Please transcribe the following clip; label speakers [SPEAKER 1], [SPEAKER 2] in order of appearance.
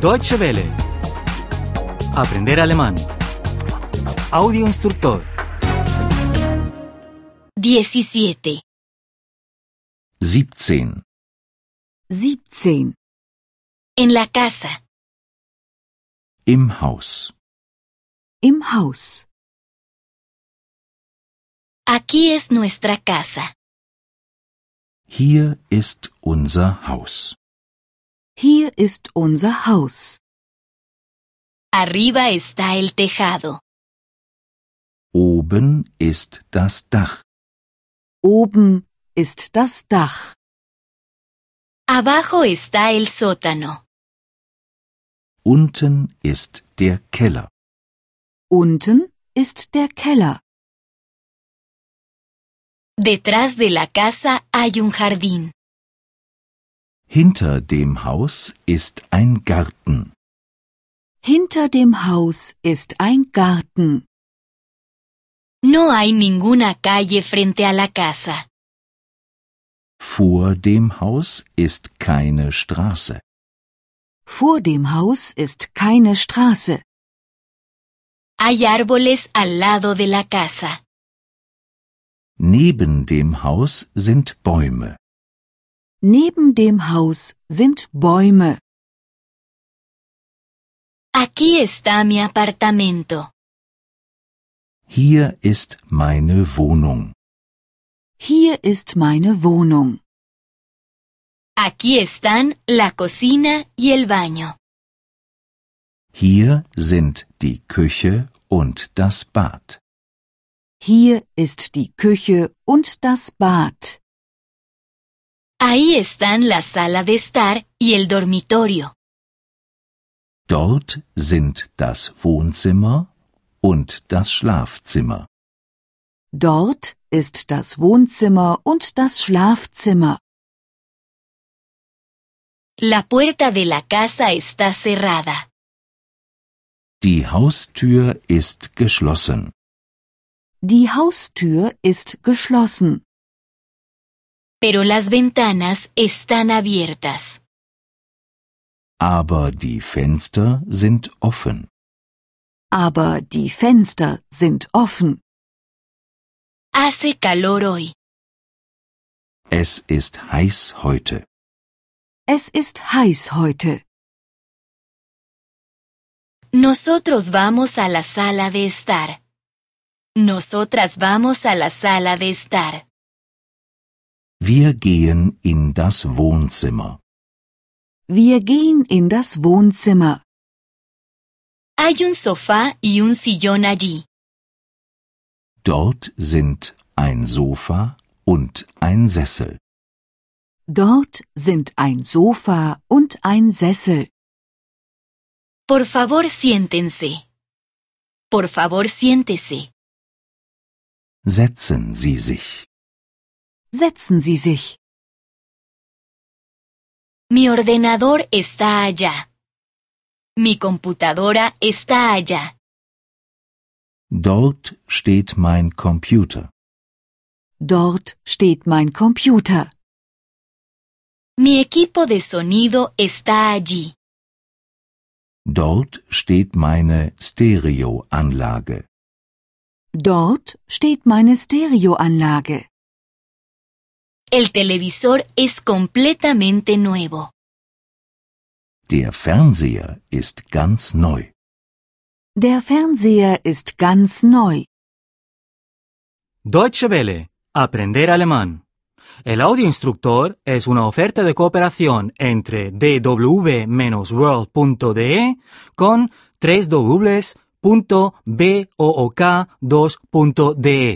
[SPEAKER 1] Deutsche Welle. Aprender alemán. Audio instructor.
[SPEAKER 2] 17.
[SPEAKER 3] 17.
[SPEAKER 4] 17.
[SPEAKER 2] En la casa.
[SPEAKER 3] Im Haus.
[SPEAKER 4] Im Haus.
[SPEAKER 2] Aquí es nuestra casa.
[SPEAKER 3] Hier ist unser Haus.
[SPEAKER 4] Hier ist unser Haus.
[SPEAKER 2] Arriba está el tejado.
[SPEAKER 3] Oben ist das Dach.
[SPEAKER 4] Oben ist das Dach.
[SPEAKER 2] Abajo está el sótano.
[SPEAKER 3] Unten ist der Keller.
[SPEAKER 4] Unten ist der Keller.
[SPEAKER 2] Detrás de la casa hay un jardín.
[SPEAKER 3] Hinter dem Haus ist ein Garten.
[SPEAKER 4] Hinter dem Haus ist ein Garten.
[SPEAKER 2] No hay ninguna calle frente a la casa.
[SPEAKER 3] Vor dem Haus ist keine Straße.
[SPEAKER 4] Vor dem Haus ist keine Straße.
[SPEAKER 2] Hay árboles al lado de la casa.
[SPEAKER 3] Neben dem Haus sind Bäume.
[SPEAKER 4] Neben dem Haus sind Bäume.
[SPEAKER 2] Aquí está mi apartamento.
[SPEAKER 3] Hier ist meine Wohnung.
[SPEAKER 4] Hier ist meine Wohnung.
[SPEAKER 2] Aquí están la cocina y el baño.
[SPEAKER 3] Hier sind die Küche und das Bad.
[SPEAKER 4] Hier ist die Küche und das Bad.
[SPEAKER 2] Ahí están la sala de estar y el dormitorio.
[SPEAKER 3] Dort sind das Wohnzimmer und das Schlafzimmer.
[SPEAKER 4] Dort ist das Wohnzimmer und das Schlafzimmer.
[SPEAKER 2] La puerta de la casa está cerrada.
[SPEAKER 3] Die Haustür ist geschlossen.
[SPEAKER 4] Die Haustür ist geschlossen,
[SPEAKER 2] pero las ventanas están abiertas.
[SPEAKER 3] Aber die Fenster sind offen.
[SPEAKER 4] aber die Fenster sind offen.
[SPEAKER 2] Hace calor hoy.
[SPEAKER 3] Es ist heiß heute.
[SPEAKER 4] Es ist heiß heute.
[SPEAKER 2] Nosotros vamos a la sala de estar. Nosotras vamos a la sala de estar.
[SPEAKER 3] Wir gehen in das Wohnzimmer.
[SPEAKER 4] Wir gehen in das Wohnzimmer.
[SPEAKER 2] Hay un sofá y un sillón allí.
[SPEAKER 3] Dort sind ein Sofa und ein Sessel.
[SPEAKER 4] Dort sind ein Sofa und ein Sessel.
[SPEAKER 2] Por favor, siéntense. Por favor, siéntese.
[SPEAKER 3] Setzen Sie sich.
[SPEAKER 4] Setzen Sie sich.
[SPEAKER 2] Mi ordenador está allá. Mi computadora está allá.
[SPEAKER 3] Dort steht mein Computer.
[SPEAKER 4] Dort steht mein Computer.
[SPEAKER 2] Mi equipo de sonido está allí.
[SPEAKER 3] Dort steht meine Stereoanlage.
[SPEAKER 4] Dort steht meine Stereoanlage.
[SPEAKER 2] El televisor es completamente nuevo.
[SPEAKER 3] Der Fernseher ist ganz neu.
[SPEAKER 4] Der Fernseher ist ganz neu.
[SPEAKER 1] Deutsche Welle. Aprender alemán. El audio instructor es una oferta de cooperación entre dw-world.de con 3 2de